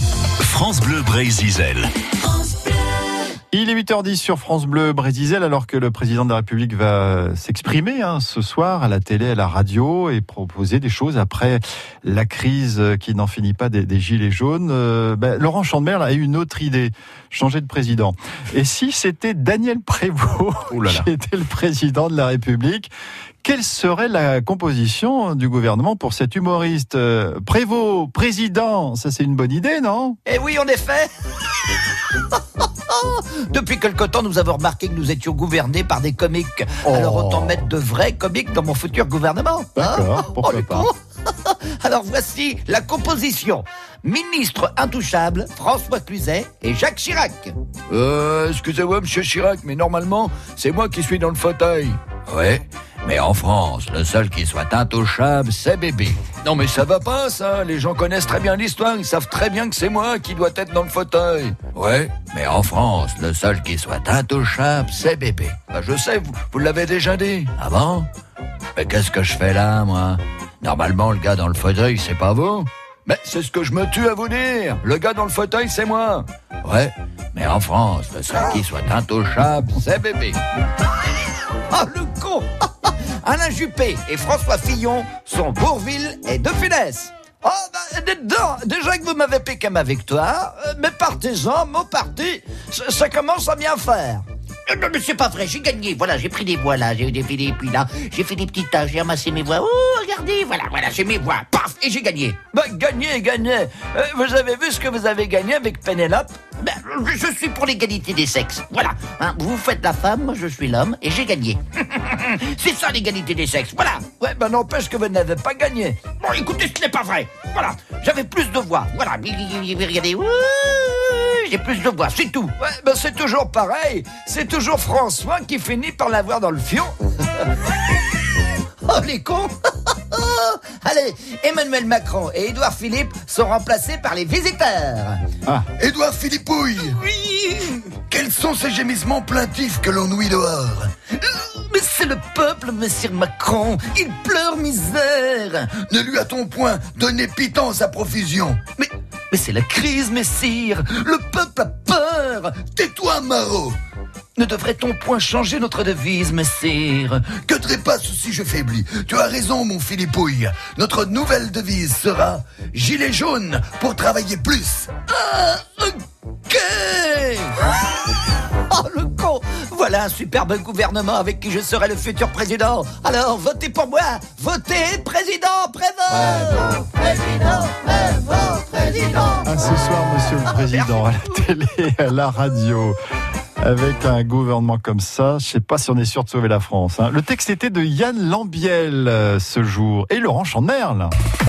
France Bleu Brésil. Il est 8h10 sur France Bleu Brésil alors que le président de la République va s'exprimer hein, ce soir à la télé, à la radio et proposer des choses après la crise qui n'en finit pas des, des gilets jaunes. Euh, ben, Laurent Chandemerle a eu une autre idée, changer de président. Et si c'était Daniel Prévost Oh Ouh là là. qui était le président de la République, quelle serait la composition du gouvernement pour cet humoriste Euh, Prévost, président, ça c'est une bonne idée, non Eh oui, en effet Depuis quelque temps, nous avons remarqué que nous étions gouvernés par des comiques. Alors Oh. autant mettre de vrais comiques dans mon futur gouvernement. hein D'accord, Oh, pourquoi le pas con Alors voici la composition. Ministre intouchable, François Cluzet et Jacques Chirac. Euh, excusez-moi, monsieur Chirac, mais normalement, c'est moi qui suis dans le fauteuil. Ouais, mais en France, le seul qui soit intouchable, c'est bébé. Non, mais ça va pas, ça. Les gens connaissent très bien l'histoire. Ils savent très bien que c'est moi qui dois être dans le fauteuil. Ouais, mais en France, le seul qui soit intouchable, c'est bébé. Bah, je sais, vous, vous l'avez déjà dit. Ah Avant Mais qu'est-ce que je fais là, moi Normalement, le gars dans le fauteuil, c'est pas vous Mais c'est ce que je me tue à vous dire Le gars dans le fauteuil, c'est moi Ouais, mais en France, le seul qui soit intouchable, c'est bébé. Ah, le con Alain Juppé et François Fillon sont Bourville et De Funès. Oh, bah, dites donc, déjà que vous m'avez piqué ma victoire, euh, mais partez-en, mon parti, ça, ça commence à bien faire. Euh, Non, mais c'est pas vrai, j'ai gagné. Voilà, j'ai pris des voix là, j'ai défilé, puis là, j'ai fait des petits tas, j'ai ramassé mes voix. Oh, regardez, voilà, voilà, j'ai mes voix. Paf, et j'ai gagné. Bah, gagnez, gagnez Euh, Vous avez vu ce que vous avez gagné avec Pénélope Ben, je, je suis pour l'égalité des sexes. Voilà, hein, vous faites la femme, moi je suis l'homme, et j'ai gagné. c'est ça l'égalité des sexes, voilà. Ouais, bah n'empêche que vous n'avez pas gagné. Bon, écoutez, ce n'est pas vrai. Voilà, j'avais plus de voix. Voilà, mais- mais- mais regardez, ouh, j'ai plus de voix, c'est tout. Ouais, bah c'est toujours pareil. C'est toujours François qui finit par l'avoir dans le fion. oh les cons Allez, Emmanuel Macron et Édouard Philippe sont remplacés par les visiteurs. Édouard Philippouille Quels sont ces gémissements plaintifs que l'on ouït dehors Mais c'est le peuple, monsieur Macron. Il pleure misère. Ne lui a-t-on point donné pitance à profusion Mais, mais c'est la crise, messire. Le peuple a peur. Tais-toi, Marot Ne devrait-on point changer notre devise, messire Que trépasse si je faiblis Tu as raison, mon Philippouille. Notre nouvelle devise sera Gilet jaune pour travailler plus. Ok Oh le con Voilà un superbe gouvernement avec qui je serai le futur président Alors votez pour moi Votez président Prévost Président Prévost Président À Ah, ce soir, monsieur le président, à la télé, à la radio. Avec un gouvernement comme ça, je sais pas si on est sûr de sauver la France. hein. Le texte était de Yann Lambiel euh, ce jour et Laurent Chanderle.